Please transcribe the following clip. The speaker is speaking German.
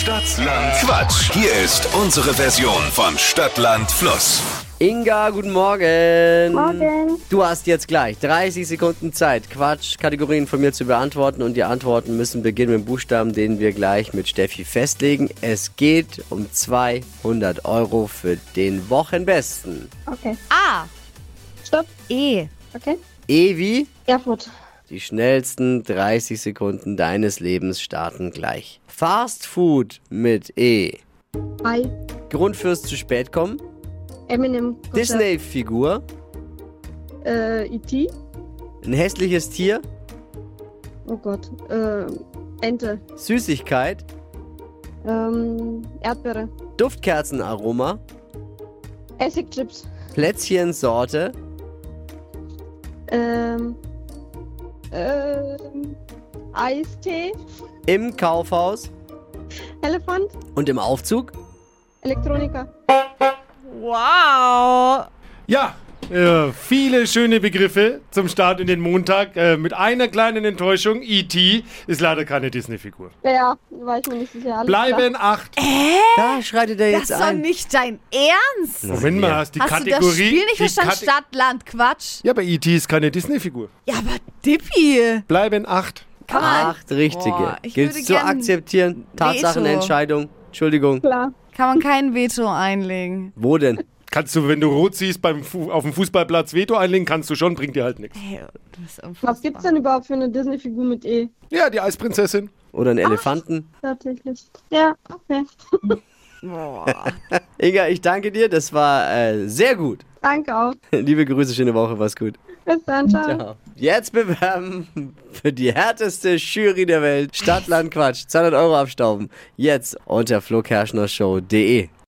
Stadtland Quatsch. Hier ist unsere Version von Stadtland Fluss. Inga, guten Morgen. Morgen. Du hast jetzt gleich 30 Sekunden Zeit, Quatsch-Kategorien von mir zu beantworten und die Antworten müssen beginnen mit dem Buchstaben, den wir gleich mit Steffi festlegen. Es geht um 200 Euro für den Wochenbesten. Okay. A. Stopp. E. Okay. Evi, Erfurt. die schnellsten 30 Sekunden deines Lebens starten gleich. Fast Food mit E. Hi. Grund fürs zu spät kommen. Eminem. Konzert. Disney-Figur. Äh, E.T. Ein hässliches Tier. Oh Gott. Äh, Ente. Süßigkeit. Ähm, Erdbeere. Duftkerzenaroma. Essigchips. Plätzchensorte. Ähm, ähm, Eistee. im Kaufhaus Elefant. und im Aufzug. Elektroniker. Wow. Ja, äh, viele schöne Begriffe zum Start in den Montag. Äh, mit einer kleinen Enttäuschung, E.T. ist leider keine Disney-Figur. Ja, war ich mir nicht sicher. Alles Bleiben acht. Da schreitet er Das jetzt ist doch ein. nicht dein Ernst. Moment mal, hast die Hast Kategorie... du das Spiel nicht die verstanden? Kate- Stadt, Land, Quatsch. Ja, aber E.T. ist keine Disney-Figur. Ja, aber Dippi. Bleiben acht. Komm mal. Acht richtige. Boah, ich Gilt würde zu gern akzeptieren. Tatsachenentscheidung. Entschuldigung. Klar. Kann man kein Veto einlegen. Wo denn? Kannst du, wenn du rot siehst, beim Fu auf dem Fußballplatz Veto einlegen, kannst du schon, bringt dir halt nichts. Hey, du bist unfassbar. Was gibt's denn überhaupt für eine Disney-Figur mit E? Ja, die Eisprinzessin. Oder einen Elefanten? Tatsächlich. Ja, okay. Boah. Inga, ich danke dir. Das war äh, sehr gut. Danke auch. Liebe Grüße, schöne Woche. Mach's gut. Bis dann. Ciao. Jetzt bewerben für die härteste Jury der Welt. Stadtland Quatsch. 200 Euro abstauben. Jetzt unter flokerschnershow.de.